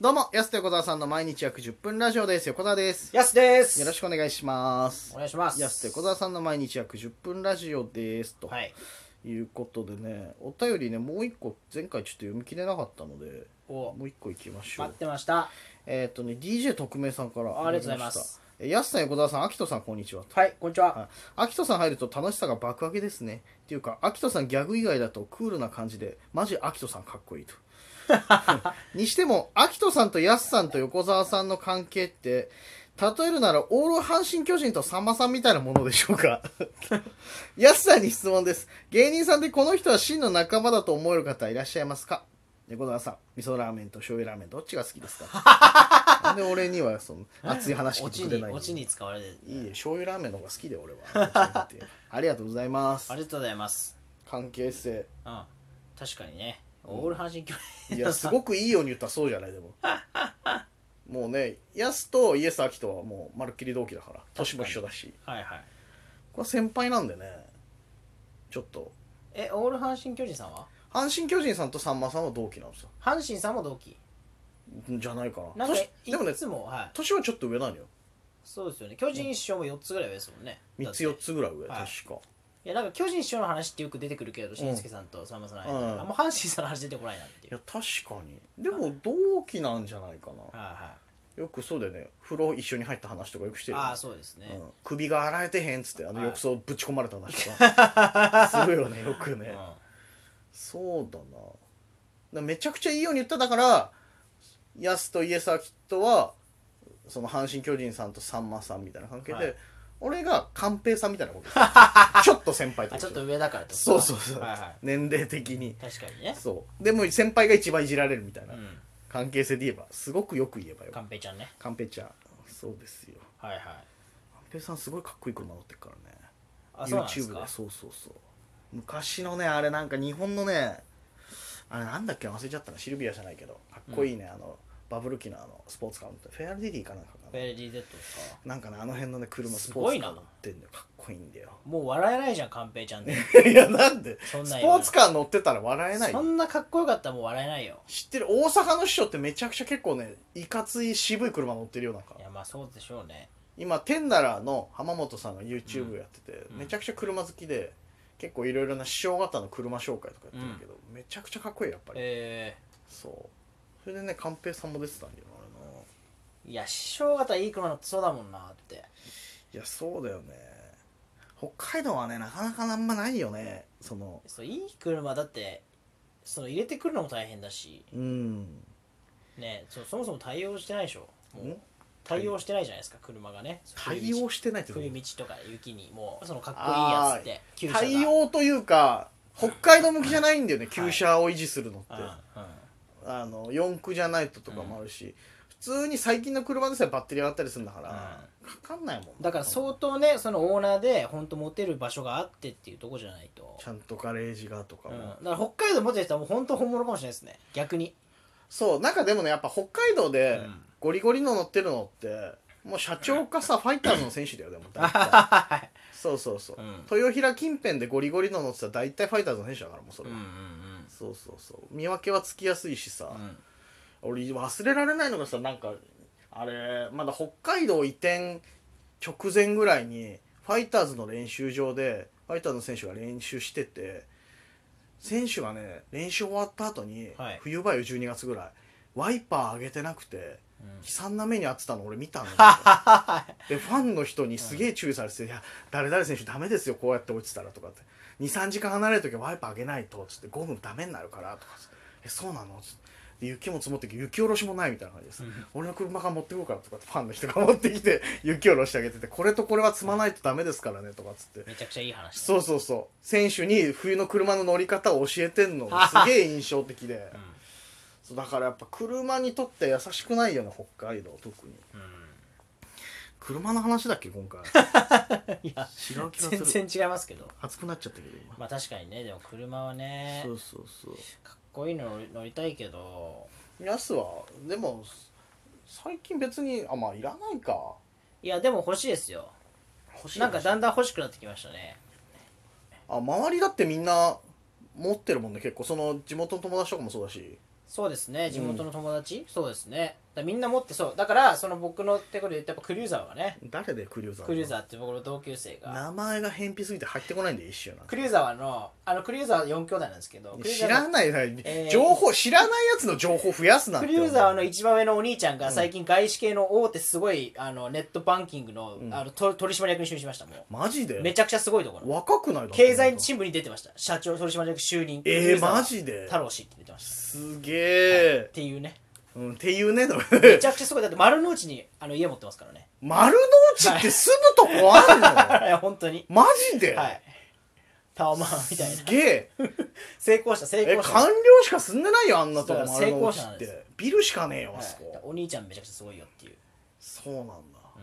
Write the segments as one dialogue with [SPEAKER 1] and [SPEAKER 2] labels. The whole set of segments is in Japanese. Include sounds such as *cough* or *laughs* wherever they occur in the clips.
[SPEAKER 1] どうも、安と横澤さんの毎日約10分ラジオです。横澤です。
[SPEAKER 2] やすです
[SPEAKER 1] よろしくお願いします
[SPEAKER 2] お。願いします
[SPEAKER 1] 安と横澤さんの毎日約10分ラジオです。と
[SPEAKER 2] はい
[SPEAKER 1] いうことでね、お便りね、もう一個、前回ちょっと読み切れなかったので、
[SPEAKER 2] お
[SPEAKER 1] もう一個いきましょ
[SPEAKER 2] 待っ
[SPEAKER 1] う。
[SPEAKER 2] てました
[SPEAKER 1] えーっ、とね、DJ 特命さんから
[SPEAKER 2] あありがとうございます
[SPEAKER 1] え。安さん、横澤さん、秋人さん、こんにちは。
[SPEAKER 2] はいこんにちは、
[SPEAKER 1] はいアキトさん入ると楽しさが爆上げですね。っていうか、アキトさんギャグ以外だとクールな感じで、マジアキトさんかっこいいと。にしても、アキトさんとヤスさんと横澤さんの関係って、例えるなら、オール阪神巨人とさんまさんみたいなものでしょうかヤスさんに質問です。芸人さんでこの人は真の仲間だと思える方いらっしゃいますか横澤さん、味噌ラーメンと醤油ラーメンどっちが好きですかなんで俺にはその熱い話聞
[SPEAKER 2] オ
[SPEAKER 1] いて
[SPEAKER 2] チ
[SPEAKER 1] くれ
[SPEAKER 2] に
[SPEAKER 1] ないの
[SPEAKER 2] オチに使われてる
[SPEAKER 1] いいね醤油ラーメンの方が好きで俺は *laughs* ありがとうございます
[SPEAKER 2] ありがとうございます
[SPEAKER 1] 関係
[SPEAKER 2] *laughs*
[SPEAKER 1] 性
[SPEAKER 2] うん確かにねオール阪神教
[SPEAKER 1] いやすごくいいように言ったらそうじゃないでももうねヤスとイエス・アキトはもうまるっきり同期だから年も一緒だし
[SPEAKER 2] *laughs* はいはい
[SPEAKER 1] これは先輩なんでねちょっと
[SPEAKER 2] えオール阪神巨人さんは
[SPEAKER 1] 阪神・巨人さんとさんまさんは同期なんですよ
[SPEAKER 2] 阪神さんも同期
[SPEAKER 1] んじゃないかな
[SPEAKER 2] なんか
[SPEAKER 1] 年
[SPEAKER 2] い
[SPEAKER 1] でもね
[SPEAKER 2] つもはい
[SPEAKER 1] 年はちょっと上なのよ
[SPEAKER 2] そうですよね巨人師匠も4つぐらい上ですもんね
[SPEAKER 1] 3つ
[SPEAKER 2] だっ
[SPEAKER 1] 4
[SPEAKER 2] て
[SPEAKER 1] つぐらい上確
[SPEAKER 2] はい
[SPEAKER 1] か
[SPEAKER 2] いやなんか巨人師匠の話ってよく出てくるけどしんすけさんとさんまさんの間で、
[SPEAKER 1] うん
[SPEAKER 2] あんま阪神さんの話出てこないなってい
[SPEAKER 1] いうや確かにでも同期なんじゃないかな
[SPEAKER 2] はいは
[SPEAKER 1] よくそうだよね風呂一緒に入った話とかよくして
[SPEAKER 2] い
[SPEAKER 1] るよね
[SPEAKER 2] ああそうですね、
[SPEAKER 1] うん首が洗えてへんっつってあの
[SPEAKER 2] はい
[SPEAKER 1] 浴槽ぶち込まれた話と
[SPEAKER 2] *laughs*
[SPEAKER 1] かするよねよく
[SPEAKER 2] う
[SPEAKER 1] ね
[SPEAKER 2] ん
[SPEAKER 1] そうだなだめちゃくちゃいいように言っただからヤスとイエス・アキトはその阪神・巨人さんとさんまさんみたいな関係で、
[SPEAKER 2] はい
[SPEAKER 1] 俺が寛平さんみたいなこと
[SPEAKER 2] *laughs*
[SPEAKER 1] ちょっと先輩
[SPEAKER 2] あ
[SPEAKER 1] と
[SPEAKER 2] ちょっと上だからってこと
[SPEAKER 1] そうそうそう、
[SPEAKER 2] はいは
[SPEAKER 1] 年齢的に
[SPEAKER 2] い確かにね
[SPEAKER 1] そうでも先輩が一番いじられるみたいうな、
[SPEAKER 2] ん
[SPEAKER 1] 関係性で言えばすごくよく言えばよ
[SPEAKER 2] 寛平ちゃんね
[SPEAKER 1] 寛平ちゃんそうですよ
[SPEAKER 2] はいはい
[SPEAKER 1] 寛平さんすごいかっこいい車乗ってるからね
[SPEAKER 2] あそうなんです
[SPEAKER 1] YouTube
[SPEAKER 2] か
[SPEAKER 1] でそうそうそう昔のねあれなんか日本のねあれなんだっけ忘れちゃったなシルビアじゃないけどかっこいいね、あのバブル期のあのスポーツカー乗ってフェアリティかなんかか
[SPEAKER 2] フ
[SPEAKER 1] な
[SPEAKER 2] ェアリー Z ですか
[SPEAKER 1] なんかねあの辺のね車ス
[SPEAKER 2] す
[SPEAKER 1] ポー
[SPEAKER 2] ご
[SPEAKER 1] ツ
[SPEAKER 2] い
[SPEAKER 1] カ
[SPEAKER 2] な
[SPEAKER 1] ー乗ってんだよかっこいいんだよ *laughs*
[SPEAKER 2] もう笑えないじゃん寛平ちゃんで
[SPEAKER 1] いやなんで
[SPEAKER 2] そん
[SPEAKER 1] ス
[SPEAKER 2] なん
[SPEAKER 1] ポーツカー乗ってたら笑えない
[SPEAKER 2] そんなかっこよかったらもう笑えないよ
[SPEAKER 1] 知ってる大阪の師匠ってめちゃくちゃ結構ねいかつい渋い車乗ってるよなんか
[SPEAKER 2] いやまあそうでしょうね
[SPEAKER 1] 今天ならの浜本さんが YouTube やってて、
[SPEAKER 2] うん
[SPEAKER 1] めちゃくちゃ車好きで結構いろいろな師匠方の車紹介とかやってるけど、めちゃくちゃかっこいいやっぱり、
[SPEAKER 2] え
[SPEAKER 1] そうそれでね寛平さんも出てたんだよなあれない
[SPEAKER 2] ー、いや師匠方いい車乗ってそうだもんなって
[SPEAKER 1] やそうだよね北海道はねなかなかあんまないよねその
[SPEAKER 2] そういい車だってその入れてくるのも大変だし
[SPEAKER 1] うん
[SPEAKER 2] ねそうそもそも対応してないでしょもうん対応してないじゃないですか車がね
[SPEAKER 1] 対応してないってどうい
[SPEAKER 2] 冬
[SPEAKER 1] うこ
[SPEAKER 2] 道とか雪にもうそのかっこいいやつって
[SPEAKER 1] と
[SPEAKER 2] 旧車が
[SPEAKER 1] 対応というか北海道向きじゃないんだよね旧車を維持するのって、
[SPEAKER 2] うんうん
[SPEAKER 1] あの四駆じゃないととかもあるし、普通に最近の車でさえバッテリー上がったりするんだから、かかんないもん
[SPEAKER 2] だから相当ねそのオーナーで本当モテる場所があってっていうとこじゃないと
[SPEAKER 1] ちゃんとガレージがとか
[SPEAKER 2] う
[SPEAKER 1] も、
[SPEAKER 2] ん、だから北海道モテる人はもう本当本物かもしれないですね逆に
[SPEAKER 1] そうなんかでもねやっぱ北海道で
[SPEAKER 2] うん
[SPEAKER 1] ゴリゴリの乗ってるのってもう社長か
[SPEAKER 2] *laughs*
[SPEAKER 1] さファイターズの選手だよでも大体
[SPEAKER 2] は
[SPEAKER 1] そうそうそう、
[SPEAKER 2] うん
[SPEAKER 1] 豊平近辺でゴリゴリの乗ってたら大体ファイターズの選手だからもうそ
[SPEAKER 2] い
[SPEAKER 1] れ
[SPEAKER 2] うん
[SPEAKER 1] は、
[SPEAKER 2] うん
[SPEAKER 1] そうそうそう見分けはつきやすいしさ、
[SPEAKER 2] うんうん
[SPEAKER 1] 俺忘れられないのがさなんかあれまだ北海道移転直前ぐらいにファイターズの練習場でファイターズの選手が練習してて選手がね練習終わった後に、
[SPEAKER 2] はい
[SPEAKER 1] 冬場よ12月ぐらいワイパー上げてなくて悲惨な目に遭ってたの俺見た
[SPEAKER 2] *laughs*
[SPEAKER 1] のでファンの人にすげえ注意されてて「いや誰々選手ダメですよこうやって落ちたら」とかって「23時間離れる時はワイパー上げないと」つって「ゴムダメになるから」とかつって「えそうなの?」つって。で雪も積もってきて雪下ろしもないみたいな感じです、俺の車が持ってこうからとかってファンの人が持ってきて *laughs* 雪下ろしてあげててこれとこれは積まないとダメですからねとかっつって
[SPEAKER 2] めちゃくちゃいい話
[SPEAKER 1] そうそうそう選手に冬の車の乗り方を教えてんのがすげえ印象的
[SPEAKER 2] *laughs*
[SPEAKER 1] で、そうだからやっぱ車にとって優しくないよね北海道特に
[SPEAKER 2] うん、
[SPEAKER 1] 車の話だっけ今
[SPEAKER 2] *laughs*
[SPEAKER 1] 回
[SPEAKER 2] いや
[SPEAKER 1] 違う気がする
[SPEAKER 2] 全然違いますけど
[SPEAKER 1] 熱くなっちゃったけど今、
[SPEAKER 2] まあ確かにねでも車はね
[SPEAKER 1] そうそうそう
[SPEAKER 2] かっこいいの乗り乗りたいけど
[SPEAKER 1] ヤスはでも最近別にあまあいらないか
[SPEAKER 2] いやでも欲しいですよ
[SPEAKER 1] 欲しい
[SPEAKER 2] なんかだんだん欲しくなってきましたね
[SPEAKER 1] あ周りだってみんな持ってるもんね結構その地元の友達とかもそうだし
[SPEAKER 2] そうですね地元の友達、そうですねだみんな持ってそうだからその僕のってことで言うとやっぱクリューザーはね
[SPEAKER 1] 誰でクリューザー
[SPEAKER 2] クリューザーって僕の同級生が
[SPEAKER 1] 名前が偏僻すぎて入ってこないんで一瞬なんか
[SPEAKER 2] クリューザーはあのあのクリューザーは4兄弟なんですけどクリューザ
[SPEAKER 1] 知
[SPEAKER 2] ー
[SPEAKER 1] ら
[SPEAKER 2] の
[SPEAKER 1] ない、
[SPEAKER 2] えー
[SPEAKER 1] 情報知らないやつの情報増やすなって
[SPEAKER 2] ク
[SPEAKER 1] 思
[SPEAKER 2] リ
[SPEAKER 1] う
[SPEAKER 2] ューザーの一番上のお兄ちゃんが最近外資系の大手すごいあのネットバンキングの,、あのと取締役に就任しましたも
[SPEAKER 1] マジ
[SPEAKER 2] うめ
[SPEAKER 1] で
[SPEAKER 2] ちゃくちゃすごいところ
[SPEAKER 1] 若くないだって
[SPEAKER 2] 経済新聞に出てました社長取締役就任クリ
[SPEAKER 1] え
[SPEAKER 2] ュ
[SPEAKER 1] ー、
[SPEAKER 2] ザは
[SPEAKER 1] マジで
[SPEAKER 2] 太郎氏って出てました
[SPEAKER 1] すげえ、
[SPEAKER 2] っていうね
[SPEAKER 1] うん、っていうねの
[SPEAKER 2] めちゃくちゃすごいだって丸の内にあの家持ってますからね
[SPEAKER 1] 丸の内って住むとこあるの、
[SPEAKER 2] いや *laughs* 本当に
[SPEAKER 1] マジで、
[SPEAKER 2] はいタワマンみたいな
[SPEAKER 1] すげえ
[SPEAKER 2] 成功した成
[SPEAKER 1] え
[SPEAKER 2] 功した
[SPEAKER 1] 官僚しか住んでないよあんなとこ
[SPEAKER 2] だから
[SPEAKER 1] 丸の内
[SPEAKER 2] 成功者な
[SPEAKER 1] っ
[SPEAKER 2] んです
[SPEAKER 1] てビルしかねえよ
[SPEAKER 2] は
[SPEAKER 1] あ
[SPEAKER 2] い
[SPEAKER 1] そこ、
[SPEAKER 2] お兄ちゃんめちゃくちゃすごいよっていう
[SPEAKER 1] そうなんだ、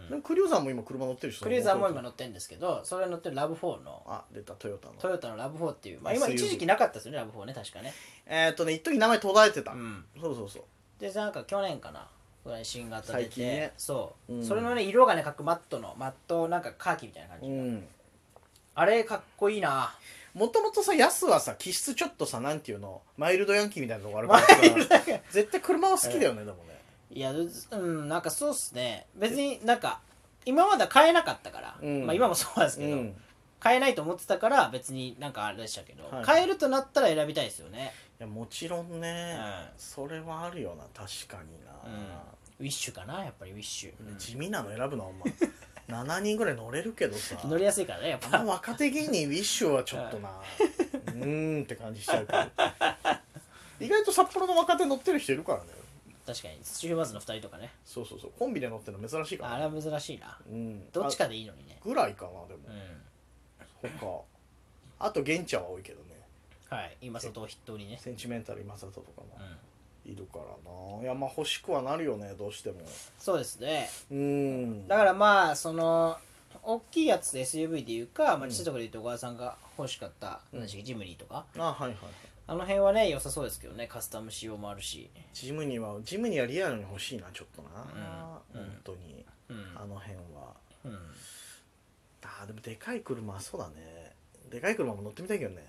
[SPEAKER 1] でもクリューザーも今車乗ってるし
[SPEAKER 2] クリューザーも今乗ってるんですけどそれ乗ってるラブ4の
[SPEAKER 1] あ出たトヨタの
[SPEAKER 2] トヨタのラブ4っていう、まあ、
[SPEAKER 1] SUV
[SPEAKER 2] 今一時期なかったですよねラブ4ね確かね
[SPEAKER 1] えーっとね一時名前途絶えてた、
[SPEAKER 2] うん
[SPEAKER 1] そうそうそう
[SPEAKER 2] でなんか去年かなぐらい新型出
[SPEAKER 1] 最
[SPEAKER 2] て、
[SPEAKER 1] 近ね
[SPEAKER 2] そう、
[SPEAKER 1] うん
[SPEAKER 2] それのね色がねかっこマットのマットなんかカーキみたいな感じ、
[SPEAKER 1] うん
[SPEAKER 2] あれかっこいいな
[SPEAKER 1] もともとさヤスはさ気質ちょっとさなんていうのマイルドヤンキーみたいなとこある
[SPEAKER 2] *laughs*
[SPEAKER 1] からさ絶対車は好きだよね、でもね
[SPEAKER 2] いやうずうんなんかそうっすね別になんか今までは買えなかったから、
[SPEAKER 1] うん
[SPEAKER 2] まあ今もそうなんですけど、
[SPEAKER 1] うん
[SPEAKER 2] 買えないと思ってたから別になんかあれでしたけど、
[SPEAKER 1] はい
[SPEAKER 2] 買えるとなったら選びたいですよね
[SPEAKER 1] いやもちろんね、
[SPEAKER 2] うん
[SPEAKER 1] それはあるよな確かにな、
[SPEAKER 2] ウィッシュかなやっぱりウィッシュ、
[SPEAKER 1] 地味なの選ぶなお前
[SPEAKER 2] *laughs*
[SPEAKER 1] 7人ぐらい乗れるけどさ
[SPEAKER 2] 乗りやすいからねやっ
[SPEAKER 1] あ
[SPEAKER 2] ぱ
[SPEAKER 1] の若手芸人ウィッシュはちょっとなうーんって感じしちゃうけど意外と札幌の若手乗ってる人いるからね
[SPEAKER 2] 確かに土踏まずの2人とかね
[SPEAKER 1] そうそうそうコンビで乗ってるの珍しいから
[SPEAKER 2] あ
[SPEAKER 1] ね、
[SPEAKER 2] れは珍しいな
[SPEAKER 1] うん、
[SPEAKER 2] どっちかでいいのにね
[SPEAKER 1] あぐらいかなで
[SPEAKER 2] う
[SPEAKER 1] も
[SPEAKER 2] ん
[SPEAKER 1] 他あと玄ちゃんは多いけどね
[SPEAKER 2] はい今外を筆頭にね
[SPEAKER 1] センチメンタル今里とかも
[SPEAKER 2] うん
[SPEAKER 1] いるからないやまあ欲しくはなるよねどうしても
[SPEAKER 2] そうですね
[SPEAKER 1] うーん
[SPEAKER 2] だからまあその大きいやつ SUV でいうか、まあ、小さいところでいうと小川さんが欲しかった、
[SPEAKER 1] うん
[SPEAKER 2] ジムニーとか
[SPEAKER 1] あはいはいはい
[SPEAKER 2] あの辺はね良さそうですけどねカスタム仕様もあるし、
[SPEAKER 1] ジムにはジムにはリアルに欲しいなちょっとな、
[SPEAKER 2] うんうん
[SPEAKER 1] 本当に
[SPEAKER 2] うん
[SPEAKER 1] あの辺は
[SPEAKER 2] うん、
[SPEAKER 1] あーでもでかい車そうだねでかい車も乗ってみたいけどね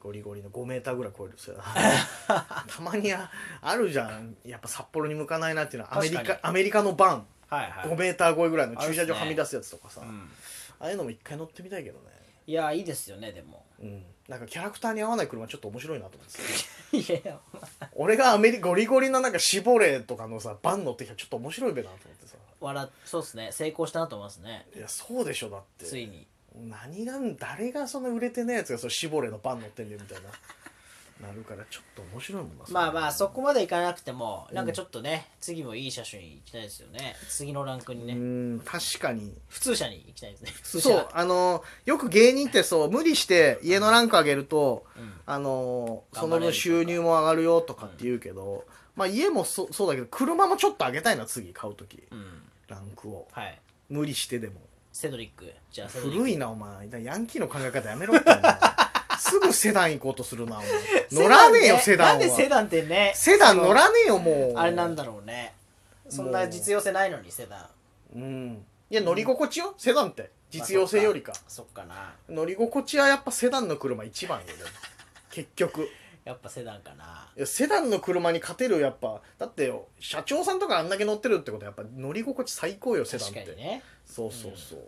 [SPEAKER 1] ゴリゴリの5メーターぐらい超えるそれ
[SPEAKER 2] *laughs*
[SPEAKER 1] たまにああるじゃんやっぱ札幌に向かないなっていうのはアメリ
[SPEAKER 2] 確か
[SPEAKER 1] カ
[SPEAKER 2] に
[SPEAKER 1] アメリカのバン
[SPEAKER 2] はいはい
[SPEAKER 1] 5メーター超えぐらいの
[SPEAKER 2] ある
[SPEAKER 1] 駐
[SPEAKER 2] っす
[SPEAKER 1] 車
[SPEAKER 2] ね
[SPEAKER 1] 場はみ出すやつとかさあ,、
[SPEAKER 2] うん
[SPEAKER 1] あいうのも一回乗ってみたいけどね
[SPEAKER 2] いやいいですよねでも *laughs*
[SPEAKER 1] うんなんかキャラクターに合わない車ちょっと面白いなと思ってさ
[SPEAKER 2] いやいや
[SPEAKER 1] 俺がアメリゴリゴリのなんかシボレーとかのさバン乗ってきたらちょっと面白いべなと思ってさ
[SPEAKER 2] 笑っそうですね成功したなと思いますね
[SPEAKER 1] いやそうでしょだって
[SPEAKER 2] ついに
[SPEAKER 1] 何が誰がその売れてないやつがその絞れのパン乗ってんねんみたいななるからちょっと面白いもんな
[SPEAKER 2] まあまあそ
[SPEAKER 1] こ
[SPEAKER 2] こまでいかなくてもなんかちょっとね、次もいい車種に行きたいですよね次のランクに
[SPEAKER 1] う
[SPEAKER 2] ね、
[SPEAKER 1] ん確かに
[SPEAKER 2] 普通車に行きたいですね普通車
[SPEAKER 1] そうあのよく芸人ってそう無理して家のランク上げると、
[SPEAKER 2] うん
[SPEAKER 1] あのそ
[SPEAKER 2] 頑
[SPEAKER 1] の
[SPEAKER 2] 張れ
[SPEAKER 1] 分
[SPEAKER 2] るとか
[SPEAKER 1] 収入も上がるよとかって言うけど、まあ家もそそうだけど車もちょっと上げたいな次買う時
[SPEAKER 2] うん
[SPEAKER 1] ランクを
[SPEAKER 2] はい
[SPEAKER 1] 無理してでも
[SPEAKER 2] セドリックじゃあセドリック
[SPEAKER 1] 古いなお前だヤンキーの考え方やめろってお前 *laughs* すぐセダン行こうとするなお前乗らねえよセダンは
[SPEAKER 2] なんでセダンってね
[SPEAKER 1] セダン乗らねえよもう
[SPEAKER 2] あれなんだろうねそんな実用性ないのにセダン
[SPEAKER 1] うんいや乗り心地よセダンって実用性よりか
[SPEAKER 2] そっかな
[SPEAKER 1] 乗り心地はやっぱセダンの車一番よね結局
[SPEAKER 2] やっぱセダンかない
[SPEAKER 1] やセダンの車に勝てるやっぱだってよ社長さんとかあんだけ乗ってるってことはやっぱ乗り心地最高よセダンっ
[SPEAKER 2] 確か
[SPEAKER 1] て、
[SPEAKER 2] にね
[SPEAKER 1] そうそうそう、っ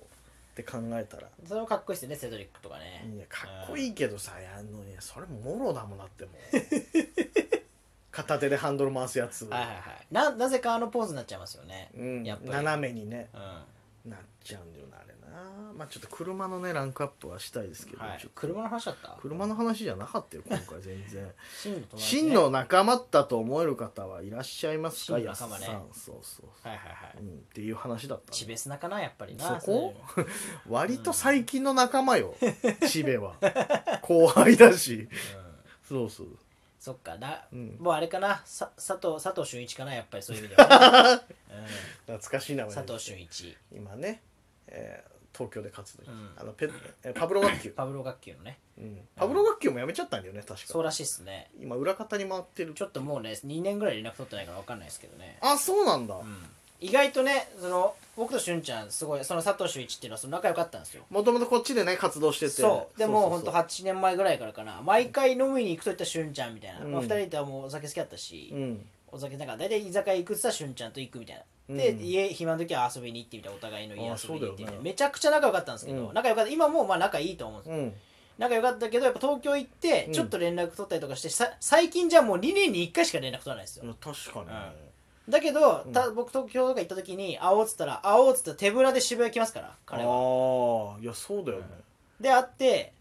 [SPEAKER 1] て考えたら
[SPEAKER 2] それもかっこいいですよねセドリックとかね
[SPEAKER 1] いやかっこいいけどさやんのにそれももろだもんな
[SPEAKER 2] *laughs*
[SPEAKER 1] ってもう片手でハンドル回すやつ、
[SPEAKER 2] はいはいはいななぜかあのポーズになっちゃいますよね、
[SPEAKER 1] うん、
[SPEAKER 2] やっぱり
[SPEAKER 1] 斜めにね
[SPEAKER 2] うんは
[SPEAKER 1] なっちゃうんだよなあれなまあちょっと車のねランクアップはしたいですけど、ち
[SPEAKER 2] い
[SPEAKER 1] ょっ、と
[SPEAKER 2] 車の話だった
[SPEAKER 1] 車の話じゃなかったよ今回全
[SPEAKER 2] *laughs*
[SPEAKER 1] 然
[SPEAKER 2] 真の友達、ね、
[SPEAKER 1] 真の仲間だと思える方はいらっしゃいますか
[SPEAKER 2] 真の仲間ね
[SPEAKER 1] 安さんそうそうそ、
[SPEAKER 2] はいはいはいう
[SPEAKER 1] うん、っていう話だった
[SPEAKER 2] チ
[SPEAKER 1] ね
[SPEAKER 2] ベスナかなやっぱりな
[SPEAKER 1] そこ
[SPEAKER 2] そういうの
[SPEAKER 1] 割と最近の仲間よチベは *laughs* 後輩だし
[SPEAKER 2] うん
[SPEAKER 1] そうそう
[SPEAKER 2] そっかな、
[SPEAKER 1] うん
[SPEAKER 2] もうあれかなさ佐藤佐藤俊一かなやっぱりそういう意味では、 *laughs* ね
[SPEAKER 1] 懐かしい名
[SPEAKER 2] うん、
[SPEAKER 1] 前
[SPEAKER 2] 佐藤俊一
[SPEAKER 1] 今ね、えー東京で活動してる、
[SPEAKER 2] うん
[SPEAKER 1] あのペえーパブロ学級、
[SPEAKER 2] パブロ学級のね
[SPEAKER 1] うん、パブロ学級もやめちゃったんだよね確
[SPEAKER 2] そう
[SPEAKER 1] から
[SPEAKER 2] しいっすね
[SPEAKER 1] 今裏方に回ってる
[SPEAKER 2] ちょっともうね2年ぐらい連絡取ってないから分かんないですけどね
[SPEAKER 1] あそうなんだ、
[SPEAKER 2] うん意外とねその僕としゅんちゃんすごいその佐藤修一っていうのはその仲良かったんですよ
[SPEAKER 1] もともとこっちでね活動してて
[SPEAKER 2] そうでも本当
[SPEAKER 1] そう
[SPEAKER 2] 8年前ぐらいからかな毎回飲みに行くといったらしゅんちゃんみたい
[SPEAKER 1] う
[SPEAKER 2] な、
[SPEAKER 1] ん
[SPEAKER 2] まあ、2人ではもうお酒好きだったし、
[SPEAKER 1] うん
[SPEAKER 2] お酒なんか大体居酒屋行くっつったらしゅんちゃんと行くみたいなで、
[SPEAKER 1] うん
[SPEAKER 2] 家暇の時は遊びに行ってみたいなお互いの家
[SPEAKER 1] あ
[SPEAKER 2] 遊びに行
[SPEAKER 1] そうだ
[SPEAKER 2] ってみたい
[SPEAKER 1] よ
[SPEAKER 2] な
[SPEAKER 1] ね
[SPEAKER 2] めちゃくちゃ仲良かったんですけど、
[SPEAKER 1] うん
[SPEAKER 2] 仲良かった今もうまあ仲いいと思うんです
[SPEAKER 1] うん
[SPEAKER 2] 仲良かったけどやっぱ東京行って
[SPEAKER 1] うん
[SPEAKER 2] ちょっと連絡取ったりとかして、さ最近じゃもう2年に1回しか連絡取らないんですよ、
[SPEAKER 1] いや確かにね
[SPEAKER 2] だけど、
[SPEAKER 1] うん
[SPEAKER 2] た僕東京とか行った時に会おうっつったら会おうっつったら手ぶらで渋谷来ますから彼は
[SPEAKER 1] ああいやそうだよね
[SPEAKER 2] で会って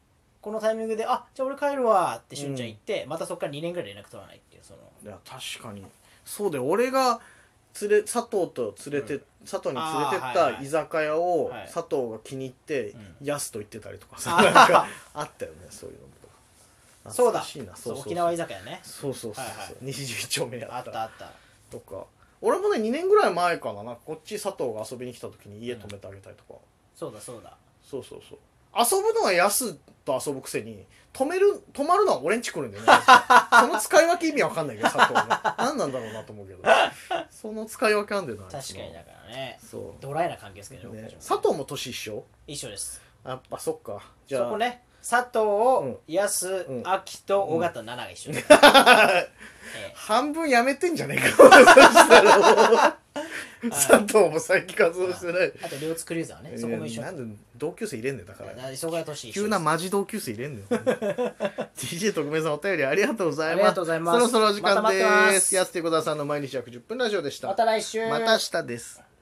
[SPEAKER 2] このタイミングで「あじゃあ俺帰るわ」ってしゅんちゃん言って、またそっから2年ぐらい連絡取らないっていうその
[SPEAKER 1] いや確かにそうで俺が連れ佐藤と連れて、
[SPEAKER 2] うん
[SPEAKER 1] 佐藤に連れてっ
[SPEAKER 2] あーはい
[SPEAKER 1] た
[SPEAKER 2] はい
[SPEAKER 1] 居酒屋を
[SPEAKER 2] はい
[SPEAKER 1] 佐藤が気に入って
[SPEAKER 2] う
[SPEAKER 1] 安、と言ってたりとかさ
[SPEAKER 2] *laughs* あー
[SPEAKER 1] なんかあったよねそういうのも
[SPEAKER 2] そう
[SPEAKER 1] 懐
[SPEAKER 2] だ
[SPEAKER 1] かしいな
[SPEAKER 2] そ
[SPEAKER 1] そううそうそう
[SPEAKER 2] 沖縄居酒屋ね
[SPEAKER 1] そうそうそうそう、
[SPEAKER 2] はいはい
[SPEAKER 1] 21丁目や
[SPEAKER 2] あ
[SPEAKER 1] っ
[SPEAKER 2] ったたあった
[SPEAKER 1] とか俺もね2年ぐらい前かななんかこっち佐藤が遊びに来た時に家泊めてあげたりとか、
[SPEAKER 2] そうだそうだ
[SPEAKER 1] そうそうそう遊ぶのは安と遊ぶくせに止める止まるのは俺んち来るんだよ *laughs* ねその使い分け意味わかんないけど佐藤が何なんだろうなと思うけどその使い分けあんだよなあいつの
[SPEAKER 2] 確かにだからね
[SPEAKER 1] そ
[SPEAKER 2] ドライな関係ですけど
[SPEAKER 1] う、
[SPEAKER 2] ね
[SPEAKER 1] ね
[SPEAKER 2] 僕、たちも
[SPEAKER 1] 佐藤も年一緒
[SPEAKER 2] 一緒です
[SPEAKER 1] やっぱそっかじ
[SPEAKER 2] そ
[SPEAKER 1] ゃあ
[SPEAKER 2] こね佐藤をやす
[SPEAKER 1] うん
[SPEAKER 2] あきと尾形奈々
[SPEAKER 1] *laughs*
[SPEAKER 2] が一緒です、え
[SPEAKER 1] 半分やめてんじゃねえかそしたらもう佐藤も最近活動してない
[SPEAKER 2] えあと両津クルーザーねそこも一緒
[SPEAKER 1] えーなんで同級生入れんねんだから
[SPEAKER 2] 磯ヶ谷俊一緒
[SPEAKER 1] 急なマジ同級生入れんのよ DJ 特命さんお便りありがとうございます
[SPEAKER 2] ありがとうございます
[SPEAKER 1] そろそろお時間
[SPEAKER 2] また待ってま
[SPEAKER 1] ですすやすてこださんの毎日約10分ラジオでした
[SPEAKER 2] また来週
[SPEAKER 1] また明日です